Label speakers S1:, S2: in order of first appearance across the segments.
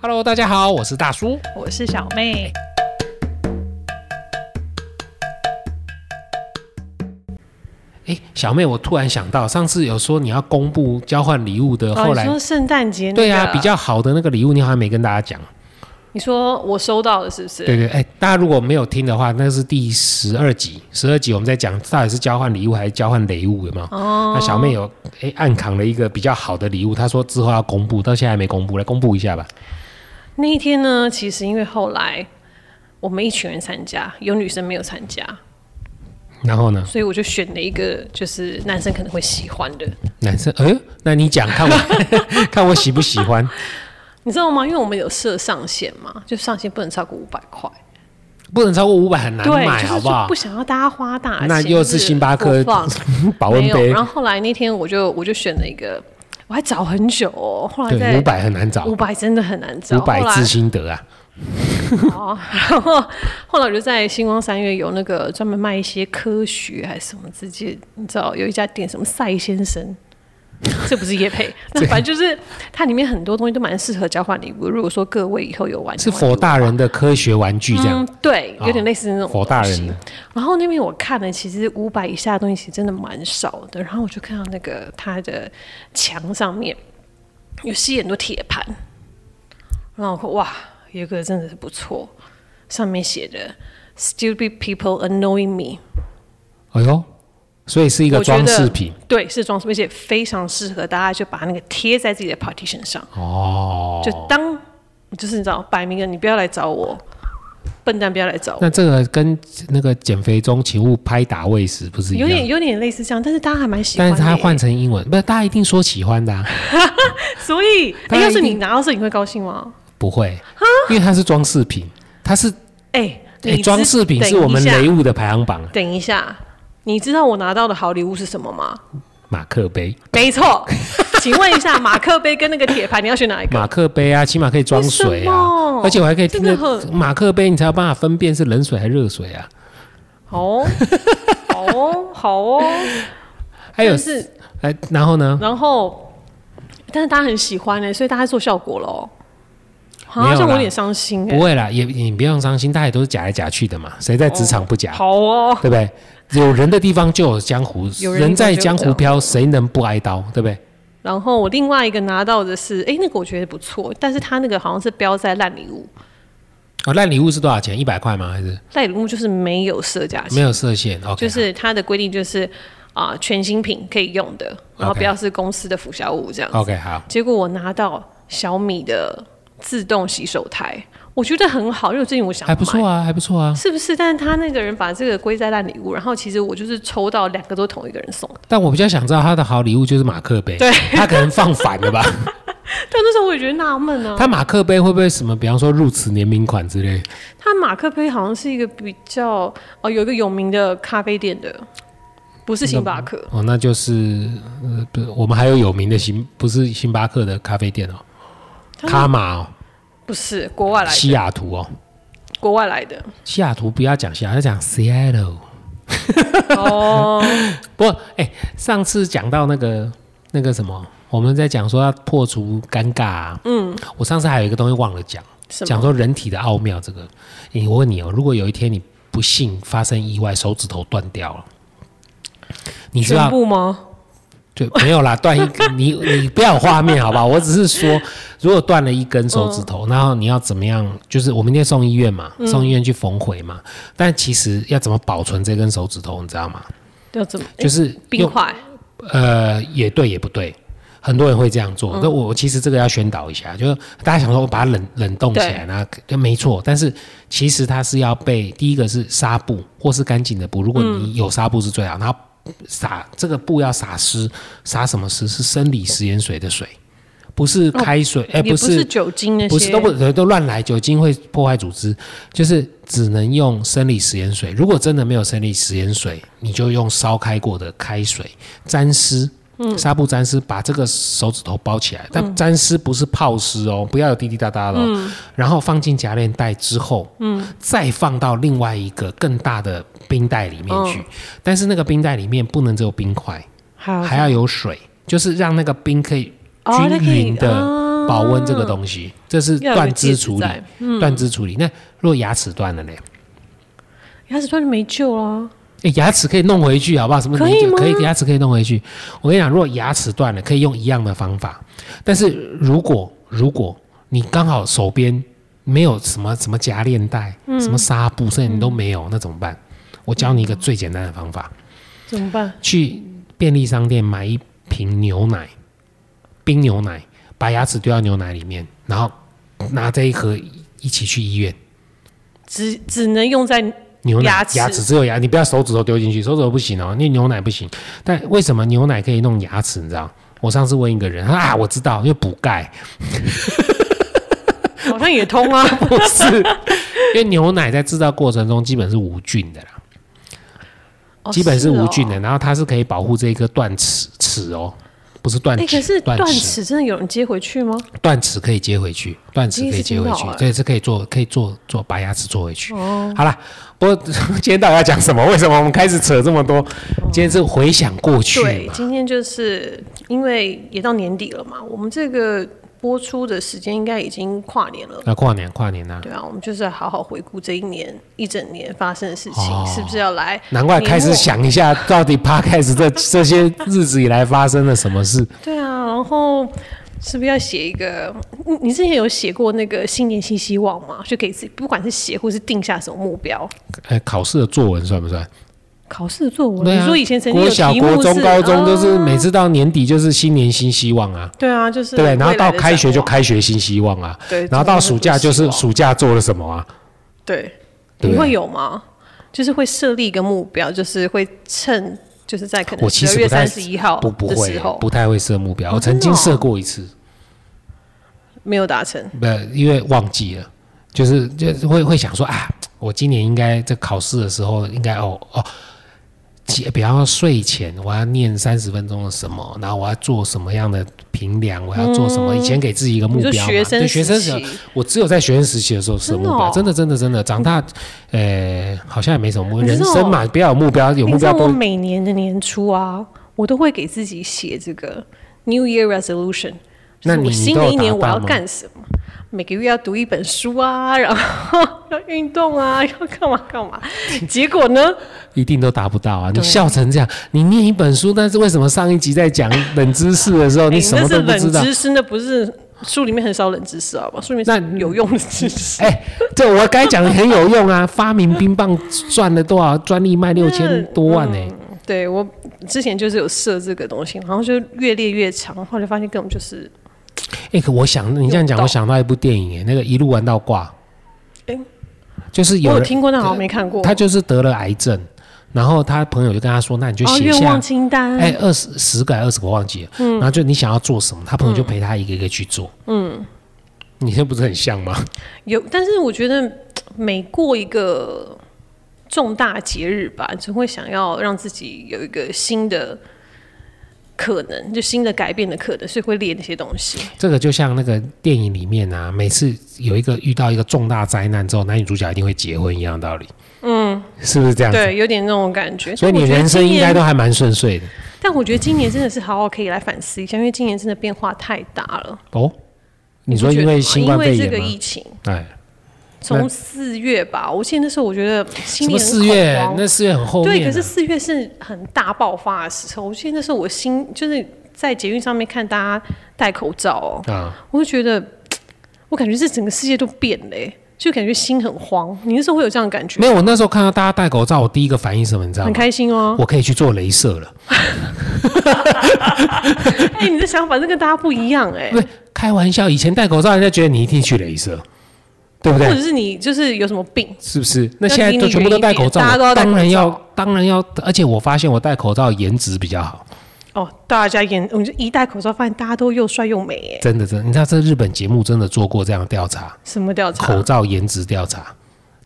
S1: Hello，大家好，我是大叔。
S2: 我是小妹。
S1: 哎，小妹，我突然想到，上次有说你要公布交换礼物的，后
S2: 哦、
S1: 来、
S2: 你说圣诞节、那个、哦
S1: 对啊，比较好的那个礼物，你好像没跟大家讲。
S2: 你说我收到了是不是？
S1: 对对，哎，大家如果没有听的话，那是第十二集，十二集我们在讲到底是交换礼物还是交换雷物，有没有？
S2: 哦，
S1: 那小妹有哎暗扛了一个比较好的礼物，她说之后要公布，到现在还没公布，来公布一下吧。
S2: 那一天呢，其实因为后来我们一群人参加，有女生没有参加，
S1: 然后呢，
S2: 所以我就选了一个就是男生可能会喜欢的，
S1: 男生，哎呦，那你讲看我 看我喜不喜欢？
S2: 你知道吗？因为我们有设上限嘛，就上限不能超过五百块，
S1: 不能超过五百很难
S2: 对，
S1: 买，
S2: 就
S1: 好
S2: 是
S1: 不
S2: 就
S1: 好
S2: 不？想要大家花大钱，
S1: 那又是星巴克
S2: 就是我
S1: 保
S2: 放
S1: 温
S2: 没有。
S1: 杯
S2: 然，后后来那天我就我就选了一个，我还找很久哦，后来
S1: 对，五
S2: 在
S1: 百很难找，
S2: 五百真的很难找，
S1: 五百
S2: 后来
S1: 字心得啊。
S2: 哦， 然后后来我就在星光三月有那个专门卖一些科学还是什么之间，你知道有一家店什么赛先生，这不是 叶配，那反正就是它里面很多东西都蛮适合交换礼物。如果说各位以后有玩，
S1: 是佛大人的科学玩具这样
S2: 嗯，，对，有点类似那种、
S1: 佛大人的。
S2: 然后那边我看了，其实五百以下的东西其实真的蛮少的。然后我就看到那个它的墙上面有吸很多铁盘，然后我看哇，有一个真的是不错，上面写着 “Stupid people annoying me”，
S1: 哎呦，所以是一个
S2: 我觉
S1: 装
S2: 得
S1: 饰品
S2: 对，是装饰品，而且非常适合大家就把那个贴在自己的 partition 上，
S1: 哦。
S2: 就当就是你知道，摆明了你不要来找我，笨蛋不要来找我。
S1: 那这个跟那个减肥中请勿拍打喂食不是一
S2: 有点
S1: 样？
S2: 有点类似这样，但是大家还蛮喜欢欸
S1: 但
S2: 的耶。
S1: 是它换成英文，不是大家一定说喜欢的、啊，
S2: 所以，
S1: 大家
S2: 哎、要是
S1: 一
S2: 你
S1: 定
S2: 拿到这，你会高兴吗？
S1: 不会，因为它是装饰品，它是
S2: 哎、
S1: 哎
S2: 啊你
S1: 装
S2: 知
S1: 饰品是我们雷。物的排行榜，
S2: 等一下，等一下，你知道我拿到的好礼物是什么吗？
S1: 马克杯，
S2: 没错，请问一下，马克杯跟那个铁盘，你要选哪一个？
S1: 马克杯啊，起码可以装水
S2: 为什
S1: 啊
S2: 么，
S1: 而且我还可以听
S2: 真的
S1: 着
S2: 很
S1: 马克杯，你才有办法分辨是冷水还是热水啊。
S2: 哦，好哦，好哦。
S1: 还有
S2: 但，是，
S1: 哎，然后呢？
S2: 然后，但是大家很喜欢呢、所以大家做效果哦喽。
S1: 没有
S2: 好
S1: 啦
S2: 像我有点伤心哎、
S1: 不会啦，也你不用伤心，大家也都是假来假去的嘛，谁在职场不假，
S2: 好哦，
S1: 对不对？有人的地方就有江湖，
S2: 有人的地方
S1: 人在
S2: 就有
S1: 江湖
S2: 江湖
S1: 飘，谁能不挨刀，对不对？
S2: 然后我另外一个拿到的是，哎、那个我觉得不错，但是它那个好像是标在烂礼物，
S1: 哦，烂礼物是多少钱？一百块吗？还是
S2: 烂礼物就是没有设价钱
S1: 没。有设限？OK，
S2: 就是它的规定就是啊、全新品可以用的，然后
S1: OK
S2: 不要是公司的辅销物这样子。
S1: 好 OK，好，
S2: 结果我拿到小米的自动洗手台，我觉得很好，因为我最近我想
S1: 还不错
S2: 买
S1: 啊，还不错啊。
S2: 是不是？但是他那个人把这个归在烂礼物，然后其实我就是抽到两个都同一个人送 的。
S1: 但我比较想知道他的好礼物就是马克杯，
S2: 对，
S1: 他可能放反了吧？
S2: 但那时候我也觉得纳闷啊，
S1: 他马克杯会不会什么，比方说入职联名款之类？
S2: 他马克杯好像是一个比较哦，有一个有名的咖啡店的，不是星巴克，
S1: 哦，那就是呃，不是，我们还有有名的星，不是星巴克的咖啡店哦，
S2: 他
S1: 卡玛哦，
S2: 不是国外来
S1: 西
S2: 的，
S1: 雅图哦，
S2: 国外来的
S1: 西雅图不要讲西雅，要讲 Seattle。
S2: 哦，
S1: 不过，哎、上次讲到那个那个什么，我们在讲说要破除尴尬、啊。嗯，我上次还有一个东西忘了讲，
S2: 什
S1: 讲
S2: 么？
S1: 说人体的奥妙。这个，你我问你哦，如果有一天你不幸发生意外，手指头断掉了，你知
S2: 全
S1: 道
S2: 部吗？
S1: 就没有啦，断一根，你你不要有画面好不好？我只是说，如果断了一根手指头，然后你要怎么样？就是我明天送医院嘛，送医院去缝回嘛。但其实要怎么保存这根手指头，你知道吗？
S2: 要怎么？
S1: 就是
S2: 冰
S1: 用
S2: 块
S1: 呃，也对，也不对。很多人会这样
S2: 嗯
S1: 做，那、我其实这个要宣导一下，就是大家想说我把它冷冷冻起来，然后就没错，但是其实它是要被第一个是纱布或是干净的布，如果
S2: 嗯
S1: 你有纱布是最好，然后撒这个布要撒湿，撒什么湿？是生理食盐水的水，不是开水，哎、
S2: 哦也不
S1: 是
S2: 是酒精那些，
S1: 不是都不都乱来，酒精会破坏组织，就是只能用生理食盐水。如果真的没有生理食盐水，你就用烧开过的开水沾湿。
S2: 嗯
S1: 纱布沾湿，把这个手指头包起来，但沾湿不是泡湿哦，不要有滴滴答答的、哦。
S2: 嗯
S1: 然后放进夹链袋之后，嗯，再放到另外一个更大的冰袋里面去，
S2: 哦
S1: 但是那个冰袋里面不能只有冰块，
S2: 还有
S1: 还要有水，就是让那个冰可以
S2: 哦哦，那可
S1: 均
S2: 以
S1: 匀的保温这个东西，这是
S2: 要有
S1: 断
S2: 个
S1: 肢
S2: 戒指
S1: 处理
S2: 在，嗯
S1: 断肢处理。那如果牙齿断了嘞？
S2: 牙齿断就没救了。啊
S1: 诶牙齿可以弄回去，好不好？什么
S2: 可以
S1: 你就
S2: 吗
S1: 可以，牙齿可以弄回去。我跟你讲，如果牙齿断了，可以用一样的方法。但是如果如果你刚好手边没有什么什么夹链带、
S2: 嗯
S1: 什么纱布，甚至你都没有，那怎么办？我教你一个最简单的方法：
S2: 怎么办？
S1: 去便利商店买一瓶牛奶，冰牛奶，把牙齿丢到牛奶里面，然后拿这一盒一起去医院。
S2: 只只能用在
S1: 牛奶
S2: 牙齿
S1: 牙齿只有牙，你不要手指头丢进去，手指头不行哦，那牛奶不行。但为什么牛奶可以弄牙齿？你知道？我上次问一个人，他说啊，我知道，因为补 钙，
S2: 好像也通 啊。
S1: 不是，因为牛奶在制造过程中基本是无菌的啦，
S2: 哦
S1: 基本是无菌。
S2: 哦
S1: 的，然后它是可以保护这一颗断齿齿哦，不是断
S2: 哎、可
S1: 齿，
S2: 是
S1: 断
S2: 断
S1: 齿，
S2: 齿真的有人接回去吗？
S1: 断齿可以接回去，断齿可以接回
S2: 第一次
S1: 去
S2: 听到，哎
S1: 这是可以做，可以做做把牙齿做回去。
S2: 哦，
S1: 好啦，不过 今天到底要讲什么？为什么我们开始扯这么多？今天是回想过去
S2: 哦对
S1: 嘛，？
S2: 今天就是因为也到年底了嘛，我们这个播出的时间应该已经跨年了。
S1: 那跨年，跨年呐、啊，
S2: 对啊，我们就是好好回顾这一年一整年发生的事情，
S1: 哦
S2: 是不是要来？
S1: 难怪开始想一下，到底 podcast 这这些日子以来发生了什么事？
S2: 对啊，然后是不是要写一个？你你之前有写过那个新年新希望吗？就给自己，不管是写或是定下什么目标，
S1: 呃，考试的作文算不算？
S2: 考试的作文。
S1: 对
S2: 哦你
S1: 啊
S2: 说以前曾经
S1: 国
S2: 有
S1: 小、
S2: 题目
S1: 国
S2: 是
S1: 中、高中都是
S2: 啊
S1: 每次到年底就是新年新希望啊，
S2: 对啊，就是
S1: 对不对？然后
S2: 未来
S1: 到
S2: 的
S1: 开学
S2: 展
S1: 就
S2: 望
S1: 开学新希望啊，
S2: 对，
S1: 然后到
S2: 真的
S1: 暑假就是
S2: 不希
S1: 暑
S2: 望
S1: 假做了什么啊？
S2: 对，
S1: 对
S2: 你会有吗？就是会设立一个目标，就是会趁就是在可能
S1: 我其
S2: 十二
S1: 实
S2: 月
S1: 不太
S2: 三十一号
S1: 不不
S2: 哦的
S1: 会
S2: 时候，
S1: 不太会设目标，
S2: 哦
S1: 我曾经
S2: 真的哦
S1: 设过一次，
S2: 没有达成，
S1: 不，因为忘记了，就是就是会会想说啊，我今年应该在考试的时候应该哦哦，起比方说睡前我要念三十分钟的什么，然后我要做什么样的评量，我要做什么，以前给自己一个目
S2: 嗯你说
S1: 标嘛。
S2: 学生
S1: 对学生
S2: 时
S1: 时，
S2: 期
S1: 我只有在学生时期的时候设目标，真
S2: 真哦
S1: 的真的真的，长大，呃，好像也没什么目标，
S2: 你
S1: 人
S2: 知道
S1: 生嘛，不要有目标，有
S2: 哦
S1: 目
S2: 你知
S1: 标
S2: 道我
S1: 不。
S2: 每年的年初啊，我都会给自己写这个 New Year Resolution，就
S1: 那
S2: 是
S1: 你
S2: 我
S1: 你
S2: 新
S1: 都
S2: 的
S1: 有
S2: 一年我
S1: 达
S2: 要
S1: 到吗？
S2: 干什么。每个月要读一本书啊，然后 要运动啊， 要干嘛干 嘛。结果呢，
S1: 一定都达不到啊！你
S2: 对
S1: 笑成这样，你念一本书，但是为什么上一集在讲冷知识的时候，
S2: 哎
S1: 你什
S2: 那
S1: 么
S2: 是
S1: 都不知
S2: 冷
S1: 道？
S2: 知识，那不是书里面很少冷知识，好吧？书里面
S1: 那嗯
S2: 是有用的知识。
S1: 哎、这我刚才讲的很有用啊！发明冰棒赚了多少？专利卖六千多万
S2: 嗯
S1: 欸呢、
S2: 对我之前就是有设这个东西，然后就越列越长，后来发现根本就是，
S1: 哎、可我想你这样
S2: 用
S1: 讲，
S2: 到
S1: 我想到一部电影、哎，那个一路玩到挂，
S2: 哎
S1: 就是
S2: 我
S1: 有
S2: 有
S1: 人
S2: 听过，但好像没看过。哦
S1: 他就是得了癌症，然后他朋友就跟他说：“那你就
S2: 哦，
S1: 写
S2: 愿
S1: 下
S2: 望嗯清单，
S1: 哎，二十十个还二十个我忘记了，然后就你想要做什么，他朋友就
S2: 嗯
S1: 陪他一个一个去做。嗯，你这不是很像吗？
S2: 有，但是我觉得每过一个重大节日吧，总会想要让自己有一个新的可能，就新的改变的可能，所以会列那些东西。
S1: 这个就像那个电影里面啊，每次有一个遇到一个重大灾难之后，男女主角一定会结婚一样的道理。嗯，是不是这样子？
S2: 对，有点那种感觉。
S1: 所以你
S2: 但我觉得
S1: 人生
S2: 今
S1: 应该
S2: 年
S1: 都还蛮顺遂的
S2: 但我觉得今年真的是好好可以来反思一下，因为今年真的变化太大了。
S1: 哦。你说
S2: 不觉
S1: 因
S2: 得吗
S1: 为新冠肺
S2: 因为这
S1: 炎
S2: 个
S1: 吗？
S2: 疫情，
S1: 哎，那
S2: 从四月吧，我记得那时候我觉得
S1: 什
S2: 新
S1: 么
S2: 年
S1: 四月
S2: 很恐？慌
S1: 那四月很后面啊、
S2: 对，可是四月是很大爆发的时候。我记得那时候我心就是在捷运上面看大家戴口罩哦，
S1: 啊，
S2: 我就觉得，我感觉这整个世界都变了欸，就感觉心很慌。你那时候会有这样的感觉
S1: 没？有。我那时候看到大家戴口罩，我第一个反应是什么？你知道
S2: 很
S1: 吗？
S2: 开心哦，
S1: 我可以去做镭射了。
S2: 哎、你的想法真跟大家不一样哎、
S1: 不是开玩笑，以前戴口罩，人家觉得你一定去镭射， 对不
S2: 或者
S1: 对？
S2: 是你就是有什么病，
S1: 是不是？那
S2: 要
S1: 现在
S2: 离
S1: 都
S2: 你
S1: 全部都
S2: 远一
S1: 戴
S2: 点
S1: 口罩，
S2: 大家都要戴
S1: 当然
S2: 口
S1: 要
S2: 罩，
S1: 当然要。而且我发现我戴口罩颜值比较好，
S2: 哦，大家眼，我们就一戴口罩，发现大家都又帅又美耶。
S1: 真的真的。你知道这日本节目真的做过这样的调查，
S2: 什么调
S1: 口
S2: 查？
S1: 罩颜值调查，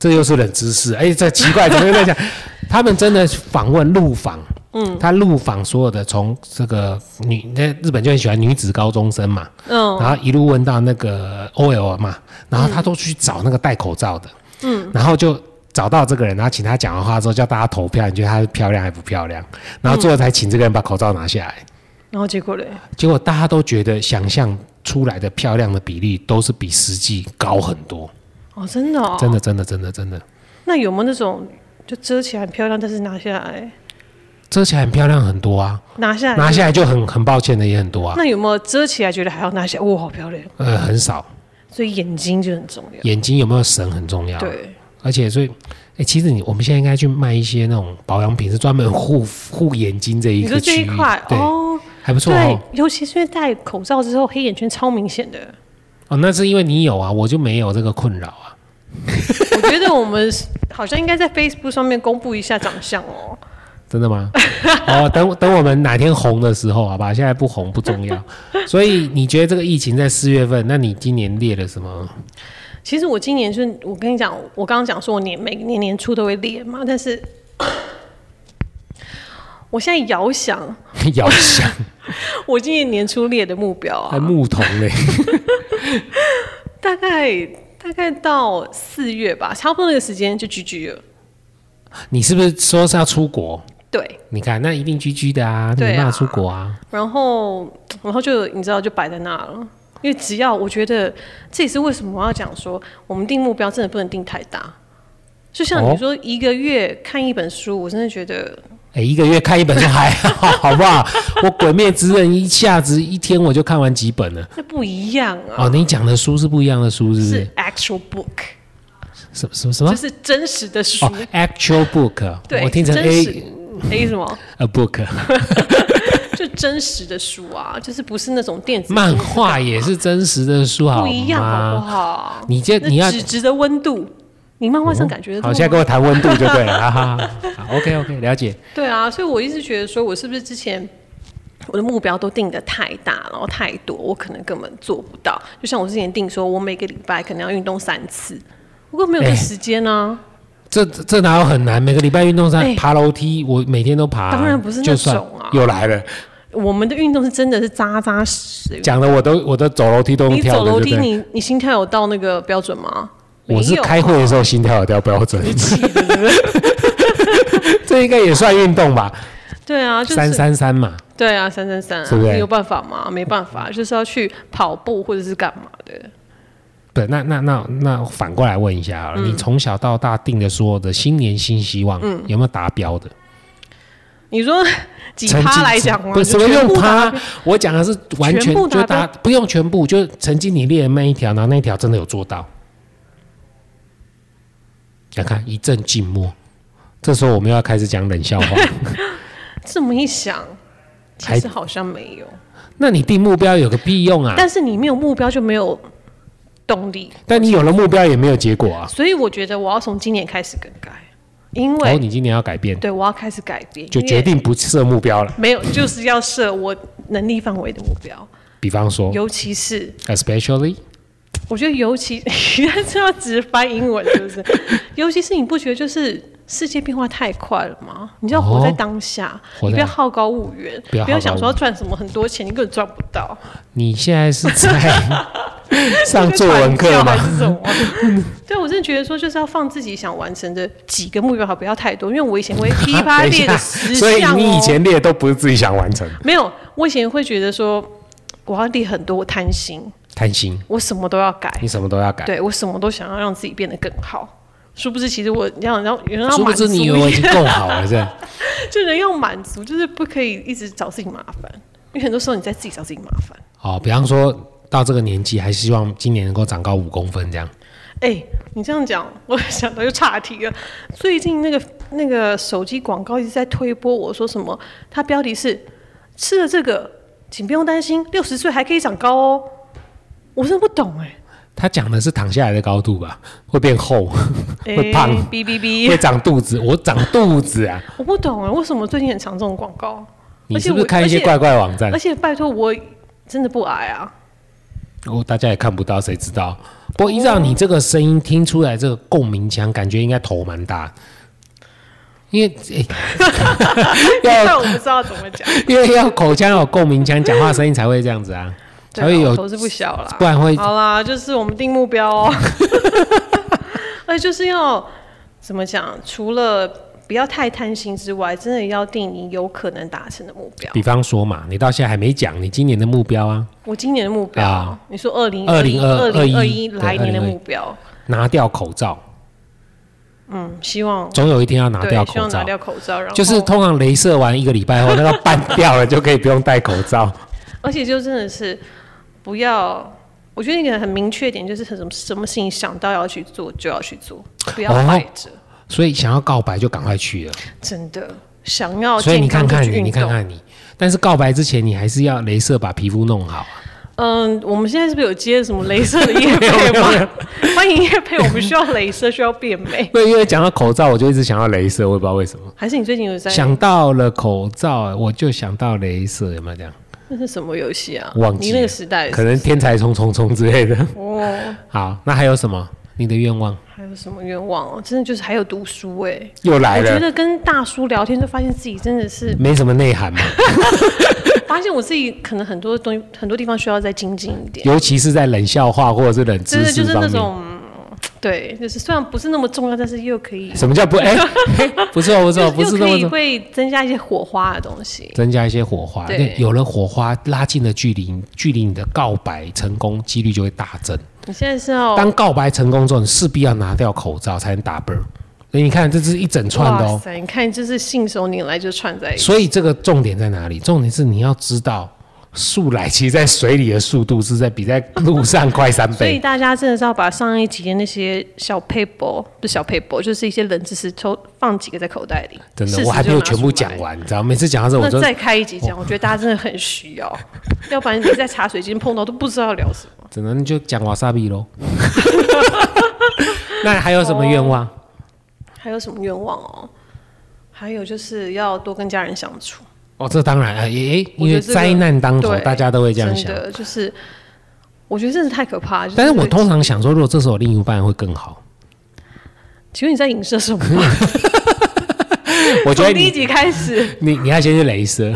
S1: 这又是冷知识。哎，这奇怪，怎么又在讲？ 他们真的访问路访，嗯，他路访所有的从这个女，那日本就很喜欢女子高中生嘛，
S2: 嗯，
S1: 然后一路问到那个 OL 嘛，然后他都去找那个戴口罩的，嗯，然后就。找到这个人，然后请他讲嗯完话之后，叫大家投票，你觉得她漂亮还不漂亮？然后最后才请这个人把口罩拿下来。
S2: 然后结果嘞，
S1: 结果大家都觉得想象出来的漂亮的比例都是比实际高很多，
S2: 哦，真的、哦，
S1: 真的，真的，真的，真的，
S2: 那有没有那种就遮起来很漂亮，但是拿下来，
S1: 遮起来很漂亮很多啊，
S2: 拿下来，
S1: 拿下来就很很抱歉的也很多啊，
S2: 那有没有遮起来觉得还要拿下来？哇，好漂亮！
S1: 呃，很少。
S2: 所以眼睛就很重要。
S1: 眼睛有没有神很重要，啊
S2: 对，
S1: 而且所以，哎、其实你我们现在应该去卖一些那种保养品，是专门护护眼睛这一
S2: 你说
S1: 个
S2: 这
S1: 区
S2: 一
S1: 域，
S2: 块
S1: 对，
S2: 哦，
S1: 还不错
S2: 对
S1: 哦。，
S2: 尤其是因为戴口罩之后，黑眼圈超明显的。
S1: 哦，那是因为你有啊，我就没有这个困扰啊。
S2: 我觉得我们好像应该在 Facebook 上面公布一下长相哦。
S1: 真的 吗？哦，等等，我们哪天红的时候，好吧，现在不红不重 要。所以你觉得这个疫情在四月份，那你今年列了什么？
S2: 其实我今年是，我跟你讲，我刚刚讲说我年每年年初都会列嘛，但是 我现在遥想
S1: 遥 想
S2: 我今年年初列的目标
S1: 还
S2: 啊，
S1: 牧童嘞，
S2: 大概大概到四月吧，差不多那个时间就 GG 了。
S1: 你是不是说是要出国？
S2: 对，
S1: 你看，那一定居居的啊，你
S2: 对啊
S1: 没办法出国啊。
S2: 然后，然后就你知道，就摆在那了。因为只要我觉得，这也是为什么我要讲说，我们定目标真的不能定太大。就像
S1: 哦
S2: 你说，一个月看一本书，我真的觉得
S1: 哎、一个月看一本书还 好，好不好？我《鬼灭之刃》一下子一天我就看完几本了。
S2: 那不一样啊，
S1: 哦，你讲的书是不一样的书，是不
S2: 是
S1: 是？
S2: actual book，
S1: 什么什么什
S2: 就
S1: 么？
S2: 是真实的书。
S1: 哦，actual book，
S2: 对，
S1: 我听成
S2: 真
S1: a
S2: 实 A 什么？
S1: a book，
S2: 就真实的书啊，就是不是那种电子
S1: 漫
S2: 书
S1: 画也是真实的书，好
S2: 不一样，好
S1: 吗
S2: 不？好？
S1: 你这你要
S2: 那纸质的温度，你漫画上感觉得到
S1: 好，
S2: 吗
S1: 现在跟我谈温度就对 了，哈哈哈。好，OK OK，了解。
S2: 对啊，所以我一直觉得说，我是不是之前我的目标都定得太大，然后太多，我可能根本做不到。就像我之前定说，我每个礼拜可能要运动三次，不过没有这
S1: 哎
S2: 时间呢、
S1: 这这哪有很难？每个礼拜运动
S2: 哎
S1: 上爬楼梯，我每天都爬。
S2: 当然不是那
S1: 啊就算
S2: 种啊
S1: 又来了，
S2: 我们的运动是真的是扎扎实实。
S1: 讲的我都我都走楼梯都用
S2: 你
S1: 跳
S2: 走
S1: 的，
S2: 楼
S1: 对
S2: 梯，
S1: 不对？
S2: 你你心跳有到那个标准吗？
S1: 我是
S2: 没有
S1: 开会的时候心跳有掉标准， 这应该也算运动吧？
S2: 对啊，就是
S1: 三三三嘛，
S2: 对啊，三三三啊，
S1: 是不是嗯
S2: 你有办法吗？没办法，就是要去跑步或者是干嘛的。
S1: 对，那那那那反过来问一下好
S2: 嗯
S1: 了，你从小到大定的所有的新年新希望，有没有达标的？
S2: 你 说几
S1: 成绩
S2: 趴来讲吗？
S1: 不是
S2: 就
S1: 什么
S2: 全
S1: 用
S2: 部打
S1: 趴，我讲的是完全
S2: 全部达
S1: 就
S2: 标
S1: 达不用全部，就是曾经你列的那一条，然后那一条真的有做到。想看一阵静默，这时候我们又要开始讲冷笑话。
S2: 这么一想，其
S1: 还
S2: 实好像没有。
S1: 那你定目标有个屁用啊！但
S2: 但是你没有目标就没有动力，
S1: 你有了目标也没有结果啊。
S2: 所以我觉得我要从今年开始更改，因为、
S1: 然哦后你今年要改变，
S2: 对我要开始改变，
S1: 就
S2: 因为
S1: 决定不设目标了。
S2: 没有就是要设我能力范围的目标，
S1: 比方说
S2: 尤其是
S1: ，especially
S2: 我觉得尤其 你这要直翻英文是不 是？尤其是你不觉得就是世界变化太快了吗？你就要活在
S1: 哦
S2: 当下，
S1: 活
S2: 你
S1: 在
S2: 不要好高骛远，
S1: 不要
S2: 不要
S1: 好高
S2: 想说要
S1: 骛
S2: 赚什么很多钱，你根本赚不到。
S1: 你现在是在 上作文课
S2: 传教
S1: 吗？
S2: 还 是什么？对，我真的觉得说就是要放自己想完成的几个目标，好不要太多，因为我以前 会噼啪
S1: 等一
S2: 列
S1: 下
S2: 的十
S1: 所以
S2: 项、哦、
S1: 你以前列的都不是自己想完成，
S2: 没有，我以前会觉得说我要列很多，我贪心，
S1: 贪心，
S2: 我什么都要改，
S1: 你什么都要改。
S2: 对我什么都想要让自己变得更好。殊不知，其实我要要人要
S1: 殊不
S2: 满足
S1: 知你以为我已经够好了，是吧？
S2: 就人要满足，就是不可以一直找自己麻烦，因为很多时候你在自己找自己麻烦。
S1: 哦，比方说到这个年纪，还希望今年能够长高五公分这样。
S2: 哎、你这样讲，我 想到就岔题了。最近那个那个手机广告一直在推播，我说什么？它标题是“吃了这个，请不用担心，六十岁还可以长高哦。”我真的不懂哎、
S1: 他讲的是躺下来的高度吧？会变厚，
S2: 哎，
S1: 会胖，
S2: 哔哔
S1: 会
S2: 哔，
S1: 长肚子。我长肚子啊！
S2: 我不懂哎、为什么最近很常这种广告？
S1: 你
S2: 而且
S1: 是
S2: 我
S1: 不是看一些怪怪网站
S2: 而？且拜托，我真的不矮啊。
S1: 哦，大家也看不到，谁知道？不过依照你这个声音听出来，这个共鸣腔感觉应该头蛮大，因为、诶
S2: 但
S1: 要
S2: 我不知道怎 么讲，
S1: 因为要口腔有共鸣腔，讲话声音才会这样子啊，才会
S2: 对啊我
S1: 有，
S2: 头是不小啦。
S1: 不然会
S2: 好啦，就是我们定目 哎标哦，而且就是要怎么讲？除了不要太贪心之外，真的要定你有可能达成的目标。
S1: 比方说嘛，你到现在还没讲你今年的目标啊，
S2: 我今年的目标，
S1: 啊
S2: 你说二零
S1: 2022
S2: 零二一
S1: 对
S2: 来年的
S1: 2021
S2: 目标，
S1: 拿掉口罩，
S2: 嗯，希望
S1: 总有一天要拿掉哦
S2: 对，希
S1: 口
S2: 望拿
S1: 罩。
S2: 掉口罩，然后
S1: 就是通常镭射完一个礼拜后，那个半掉了就可以不用戴口罩。
S2: 而且就真的是不要，我觉得一个很明确一点就是什么什么事情想到要去做就要去做，不要
S1: 哦
S2: 摆着，
S1: 所以想要告白就赶快去了。
S2: 真的想要
S1: 所以你
S2: 哦健
S1: 看
S2: 康就
S1: 看
S2: 去
S1: 你，你
S2: 运
S1: 看
S2: 动。
S1: 看你，但是告白之前你还是要镭射把皮肤弄好啊。
S2: 嗯，我们现在是不是有接什么镭射的夜
S1: 没
S2: 配
S1: 有没有
S2: 吗？欢迎夜配，我们需要镭射，需要 变美。
S1: 对，因为讲到口罩，我就一直想要镭射，我也不知道为什么。
S2: 还是你最近有在？
S1: 想到了口罩，我就想到镭射，有没有这样？
S2: 那是什么游戏啊？
S1: 忘记
S2: 你那
S1: 了
S2: 个时代
S1: 可能天才冲冲冲之类的。
S2: 哦，
S1: 好，那还有什么？你的愿望
S2: 还有什么愿望哦？真的就是还有读书哎、
S1: 又来
S2: 我觉
S1: 了，
S2: 得跟大叔聊天，就发现自己真的是
S1: 没什么内涵嘛，
S2: 发现我自己可能很多东西、很多地方需要再精进一点。
S1: 尤其是在冷笑话或者是冷
S2: 真
S1: 知
S2: 的就
S1: 识
S2: 是
S1: 方
S2: 那
S1: 面。
S2: 种，对，就是虽然不是那么重要，但是又可以，
S1: 什么叫不？哎、 嘿不错不错，不
S2: 就是是
S1: 那么
S2: 又可以
S1: 重
S2: 会增加一些火花的东西。
S1: 增加一些火花。
S2: 对
S1: 对，有了火花，拉近了距离，距离你的告白成功几率就会大增。
S2: 你现在是要
S1: 当告白成功之后，你势必要拿掉口罩才能打啵儿。所以你看，这是一整串的
S2: 哇
S1: 哦。
S2: 塞，你看就是信手拈来就串在一起。
S1: 所以这个重点在哪里？重点是你要知道，树懒其实在水里的速度是在比在路上快三
S2: 所以
S1: 倍。
S2: 大家真的是要把上一集的那些小 paper，不是小 paper，就是一些冷知识抽放几个在口袋里。
S1: 真
S2: 适
S1: 的，
S2: 时
S1: 我还没有
S2: 就拿
S1: 全部
S2: 出来
S1: 讲。完，你知道？每次讲到这，我哦
S2: 那
S1: 就
S2: 再开一集讲，我觉得大家真的很需要， 要不然你在茶水间碰到都不知道聊什么。
S1: 只能就讲瓦萨比喽。 那还有什么愿望？
S2: 还有什么愿望哦？还有就是要多跟家人相处。
S1: 哦，这当然，哎、诶
S2: 我
S1: 因为
S2: 觉得这个
S1: 灾难当头，
S2: 对
S1: 大家都会这样
S2: 真
S1: 想。
S2: 的就是，我觉得真是太可怕了。就
S1: 但是我
S2: 会
S1: 通常想说，如果这时候有另一半会更好。
S2: 请问你在影射什么？
S1: 我觉得
S2: 从第一
S1: 你
S2: 集开始
S1: 你你要先去雷声，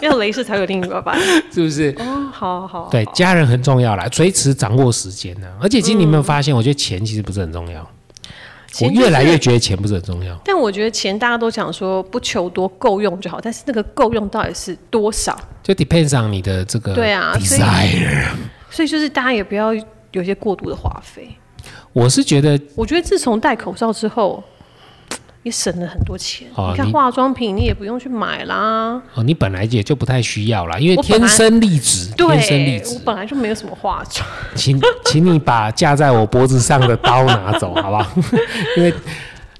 S2: 要镭射才有另一个吧？
S1: 是不是？
S2: 哦，好好，
S1: 对，家人很重要啦，随时掌握时间呢、而且其实你有没有发现，我觉得钱其实不是很重要。我
S2: 钱就是
S1: 越来越觉得钱不是很重要。
S2: 但我觉得钱大家都讲说不求多够用就好，但是那个够用到底是多少？
S1: 就 depends on 你的这个
S2: 对啊所以
S1: desire。
S2: 所以就是大家也不要有一些过度的花费。
S1: 我是觉得
S2: 我觉得自从戴口罩之后，也省了很多钱。
S1: 哦
S2: 你看
S1: 你
S2: 化妆品，你也不用去买啦。
S1: 哦，你本来也就不太需要啦，因为
S2: 我本
S1: 天
S2: 来
S1: 生丽质，天生丽
S2: 对，我
S1: 质。
S2: 本来就没有什么化妆，
S1: 请 请你把架在我脖子上的刀拿走， 好不好？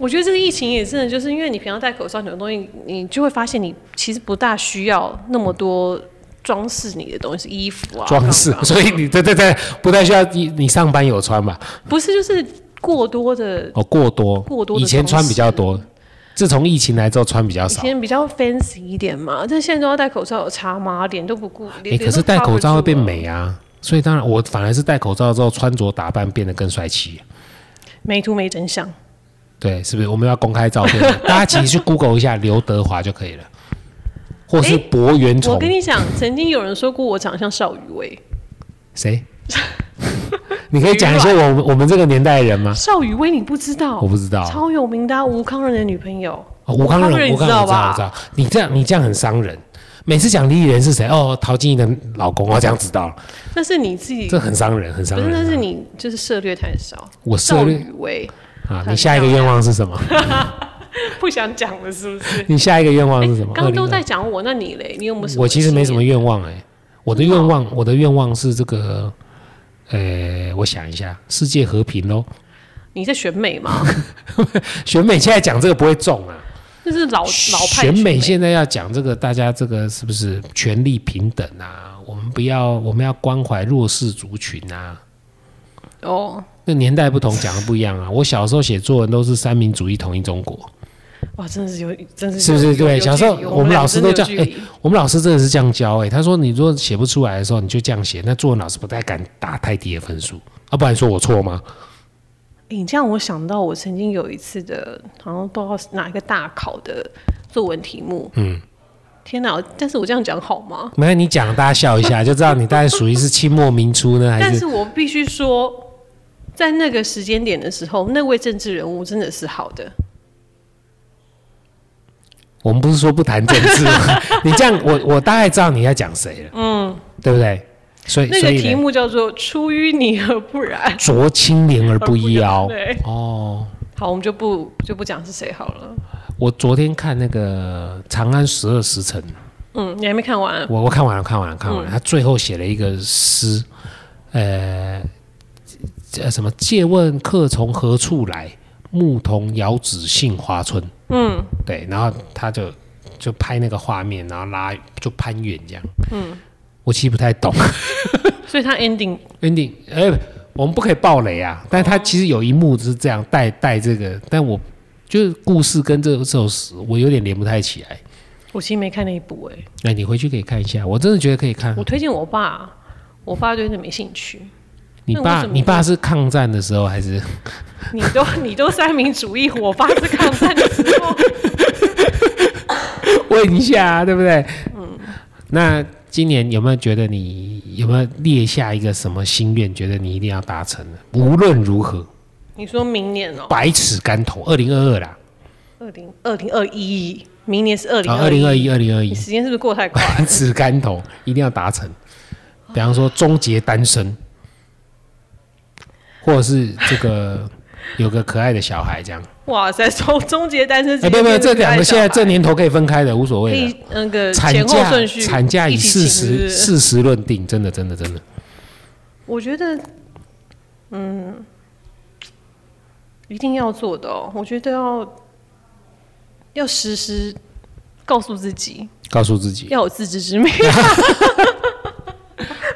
S2: 我觉得这个疫情也真的就是因为你平常戴口罩，很多东西你就会发现你其实不大需要那么多装饰你的东西，衣服啊，
S1: 装饰
S2: 干，嘛
S1: 所以你对对对，不太需要你你上班有穿吧？
S2: 不是就是过多的。
S1: 哦，过多，
S2: 过多的
S1: 以前穿比较多，自从疫情来之后穿比较
S2: 以
S1: 少。
S2: 前比较 fancy 一点嘛，但现在都要戴口罩，有差吗？脸都不顾，
S1: 哎、
S2: 脸、
S1: 可是戴口罩会变
S2: 脸都 cover 住了。
S1: 美啊，所以当然我反而是戴口罩之后穿着打扮变得更帅气。
S2: 没图没真相，
S1: 对，是不是？我们要公开 照片了，大家其实去 Google 一下刘德华就可以了，或是
S2: 诶
S1: 博元
S2: 我
S1: 崇
S2: 跟，你讲，曾经有人说过我长得像邵雨薇，
S1: 谁？ 你可以讲一些我们我们这个年代的人吗？
S2: 邵雨薇你不知道？
S1: 我不知道
S2: 超有名的、啊、吴康仁的女朋友，
S1: 哦吴康
S2: 吴康仁
S1: 仁，
S2: 你
S1: 吴康
S2: 知
S1: 仁，我
S2: 道
S1: 知道，
S2: 吧
S1: 我知道。你这样，你这样很伤人。每次讲李李仁是谁？哦，陶晶莹的老公，哦我这样知道了，
S2: 那是你自己，
S1: 这很伤人，很伤
S2: 不是
S1: 人。啊
S2: 那是你就是涉略太少。
S1: 我涉
S2: 邵
S1: 略
S2: 雨薇
S1: 啊！
S2: 很
S1: 你下一个愿望是什么？
S2: 啊不想讲了，是不 是？哎
S1: 你下一个愿望是什么？
S2: 刚刚都
S1: 2022
S2: 在讲我，那你嘞？你有没有什么？
S1: 我其实没什么。愿望哎、我的愿望，
S2: 哦
S1: 我的愿望是这个，呃，我想一下，世界和平喽。
S2: 你在选美吗？
S1: 选美现在讲这个不会中啊，
S2: 那是老老哦派
S1: 选美现在要讲这个，大家这个是不是权利平等啊？我们不要，我们要关怀弱势族群啊。
S2: 哦，
S1: 那年代不同，讲的不一样啊。我小时候写作文都是三民主义统一中国，
S2: 哇，真的是有，真的
S1: 是不是
S2: 有
S1: 对
S2: 有
S1: 小时候
S2: 距离
S1: 我们老师都
S2: 俩
S1: 这
S2: 真
S1: 样
S2: 的有距离
S1: 我们老师真的是这样教哎、他说你如果写不出来的时候，你就这样写，那作文老师不太敢打太低的分数，要、不然说我错吗？
S2: 诶你这样我想到，我曾经有一次的，好像不知道是哪一个大考的作文题目。嗯，天哪！但是我这样讲好吗？
S1: 没有你讲，大家笑一下 就知道你大概属于是清末民初呢，还
S2: 但
S1: 是
S2: 是我必须说，在那个时间点的时候，那位政治人物真的是好的。
S1: 我们不是说不谈政治 吗？你这样，我我大概知道你在讲谁了，嗯，对不对？所以
S2: 那
S1: 所
S2: 个
S1: 以
S2: 题
S1: 呢
S2: 目叫做“出淤泥而不染
S1: 濯清涟而”，不
S2: 一
S1: 一
S2: 样。
S1: 妖。
S2: 对，
S1: 哦，
S2: 好，我们就不就不讲是谁好了。
S1: 我昨天看那个《长安十二时辰》，
S2: 嗯，你还没看完？
S1: 我我看完了，看完了，看完了。他最后写了一个诗，呃，呃什么？借问客从何处来？牧童遥指杏花村。
S2: 嗯，
S1: 对，然后他就就拍那个画面，然后拉就攀远这样。嗯，我其实不太懂
S2: 所以它 ending
S1: ending，哎、我们不可以爆雷啊。但他其实有一幕是这样带带这个，但我就是故事跟这这首诗我有点连不太起来。
S2: 我其实没看那一部哎、
S1: 那、你回去可以看一下，我真的觉得可以看
S2: 我。推荐我爸，我爸对那没兴趣。
S1: 你
S2: 那为
S1: 爸，
S2: 什么
S1: 你
S2: 我
S1: 爸是抗战的时候还是？
S2: 你都 你都三民主义，我爸是抗战的时候。
S1: 问一下、啊，对不对？那今年有没有觉得你有没有列下一个什么心愿，觉得你一定要达成的？无论如何，
S2: 你说明年哦、
S1: 百尺竿头，二零二二啦，
S2: 2二零二零二一，明年是二零
S1: 啊，二零二一，，二零二
S2: 你
S1: 一，
S2: 时间是不是过太快？
S1: 百尺竿头一定要达成。比方说终结单身，或者是这个有个可爱的小孩这样。
S2: 哇塞，终终结单身
S1: 哎，
S2: 节
S1: 不
S2: 变
S1: 不，
S2: 成可
S1: 这两
S2: 爱小孩，
S1: 个现在这年头可以分开的，无所
S2: 可
S1: 谓的。
S2: 以那个
S1: 啊产
S2: 呃前后
S1: 假
S2: 顺序，
S1: 产假以
S2: 一起
S1: 事
S2: 请是不
S1: 实
S2: 是
S1: 事实论定，真的真的真的。
S2: 我觉得，嗯，一定要做的哦。我觉得要要时时告诉自己，
S1: 告诉自 己，
S2: 要有自知 之明，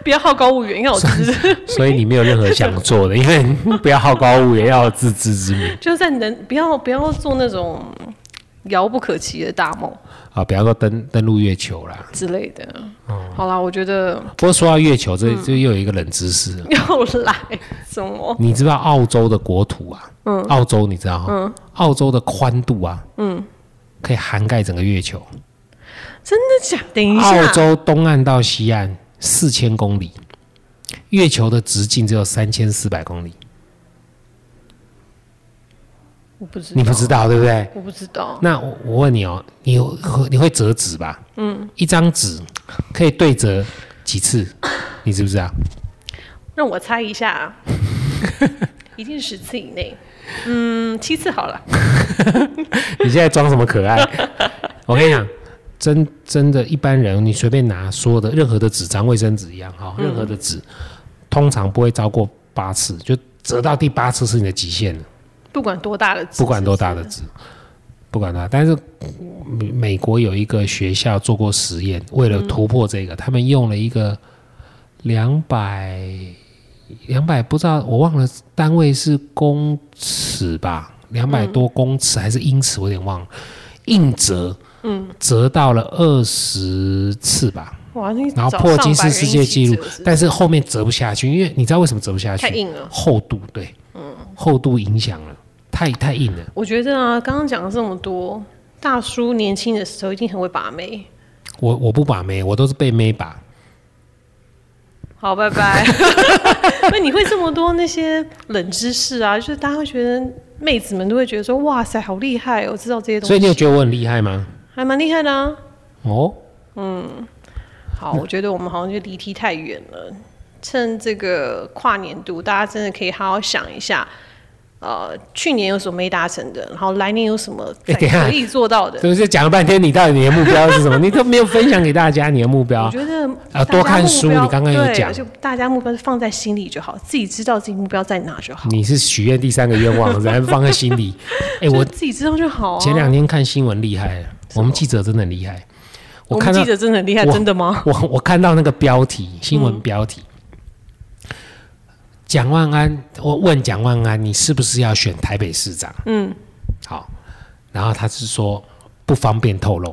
S2: 不要好高骛远，要有自知，
S1: 所以你没有任何想做的，因为 你不要好高骛远，要有自知之明
S2: 就是在能不要不要做那种遥不可及的大梦
S1: 啊！比方说登登陆月球啦，
S2: 之类的。
S1: 哦
S2: 好啦，我觉得
S1: 不过说到月球，
S2: 嗯
S1: 这这又有一个冷知识了，啊
S2: 要来什么？
S1: 你知道澳洲的国土啊，嗯，澳洲你知道哈，
S2: 嗯
S1: 澳洲的宽度啊，嗯，可以涵盖整个月球，
S2: 真的假？哎等一
S1: 澳
S2: 下，
S1: 洲东岸到西岸四千公里，月球的直径只有三千四百公里，
S2: 我不知道，
S1: 你不知道对不对？
S2: 我不知道。
S1: 那我我问你哦，你有你会折纸吧？嗯，一张纸可以对折几次？你知不知道？
S2: 让我猜一下 啊，一定十次以内。嗯，七次好了。
S1: 你现在装什么可爱？我跟你讲，真真的，一般人你随便拿所有的任何的纸张，卫生纸一样哈、任何的纸，通常不会超过八次，就折到第八次是你的极限了，
S2: 不管多大的字，
S1: 不管多大的纸。不管它，但是美美国有一个学校做过实验，为了突破这
S2: 嗯
S1: 个，他们用了一个两百两百不知道我忘了单位是公尺吧，两百多公尺还是英尺，我有点忘了。硬折，嗯，折到了二十次吧，
S2: 哇，那
S1: 然后
S2: 找
S1: 破
S2: 上
S1: 吉
S2: 百
S1: 斯世
S2: 人一
S1: 界
S2: 起
S1: 纪录
S2: 折是，
S1: 但是后面折不下去，因为你知道为什么折不下
S2: 太
S1: 去？
S2: 硬了。嗯
S1: 厚度对，厚度影响了，太太硬了。
S2: 我觉得啊，刚刚讲了这么多，大叔年轻的时候一定很会把妹。
S1: 我我不把妹，我都是被妹把。
S2: 好，拜拜。那你会这么多那些冷知识啊？就是大家会觉得妹子们都会觉得说，哇塞，好厉害哦，知道这些东
S1: 所以
S2: 西，
S1: 你有觉得我很厉害吗？
S2: 还蛮厉害的啊。
S1: 哦，
S2: 好，我觉得我们好像就离题太远了。趁这个跨年度，大家真的可以好好想一下，呃，去年有什么没达成的，然后来年有什么
S1: 哎
S2: 再
S1: 等一下
S2: 可以做到的。
S1: 所以就讲了半天，你到底你的目标是什么？ 你都没有分享给大家你的目标
S2: 我。觉得
S1: 啊
S2: 大
S1: 多
S2: 家
S1: 看
S2: 目
S1: 书
S2: 标
S1: 你刚刚有
S2: 对
S1: 讲
S2: 就大家目标是放在心里就好，自己知道自己目标在哪就好，
S1: 你是许愿第三个愿望，然后放在心 里。哎、
S2: 就
S1: 我
S2: 自己知道就好啊。
S1: 前两天看新闻厉害了，我们记者真的很厉害。
S2: 我
S1: 看
S2: 们
S1: 到
S2: 记者真的很厉害，
S1: 我
S2: 真的吗？
S1: 我我看到那个标题，
S2: 嗯
S1: 新闻标题，蒋万安，我问蒋万安，你是不是要选台北市长？
S2: 嗯
S1: 好，然后他是说不方便透露。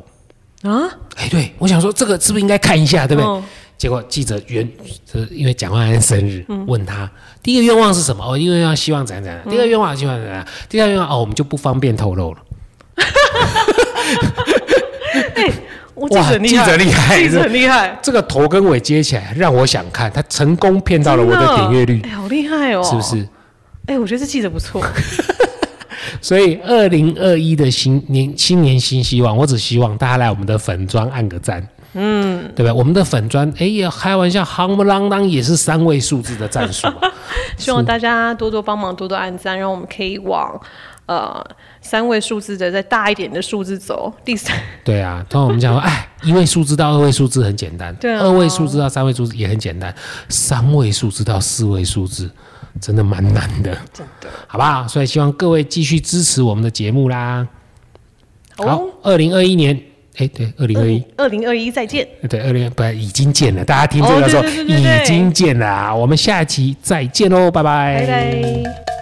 S2: 啊，
S1: 哎，对，我想说这个是不是应该看一下，对不对？
S2: 嗯
S1: 结果记者原是因为蒋万安生日，
S2: 嗯
S1: 问他第一个愿望是什么？哦，一个愿望希望怎样怎样，第二个愿望希望怎样怎样，第二个愿望哦，我们就不方便透露了。
S2: 我记者很厉
S1: 哇记者
S2: 害，
S1: 厉害
S2: 记者很厉害，
S1: 这个头跟尾接起来，让我想看，他成功骗到了我的
S2: 真
S1: 点阅率，
S2: 哎，好厉害哦，
S1: 是不？是？
S2: 哎，我觉得这记者不错，
S1: 所以二零二一的新年新年新希望，我只希望大家来我们的粉砖按个赞。嗯，对吧？我们的粉砖，哎呀，开玩笑，夯不啷当也是三位数字的战术、啊，
S2: 希望大家多多帮忙，多多按赞，让我们可以往呃三位数字的再大一点的数字走。第三，
S1: 对啊，通常我们讲说，哎，一位数字到二位数字很简单，
S2: 对啊
S1: 二位数字到三位数字也很简单，三位数字到四位数字真的蛮难的，
S2: 真的
S1: 好不好？所以希望各位继续支持我们的节目啦。
S2: 哦
S1: 好，二零二一年，哎，对，二零二一，
S2: 二零二一再见，
S1: 对，二零不已经见了，大家听这
S2: 哦
S1: 个
S2: 对
S1: 说
S2: 对对对
S1: 已
S2: 对
S1: 经见了啊，我们下期再见喽，拜
S2: 拜拜。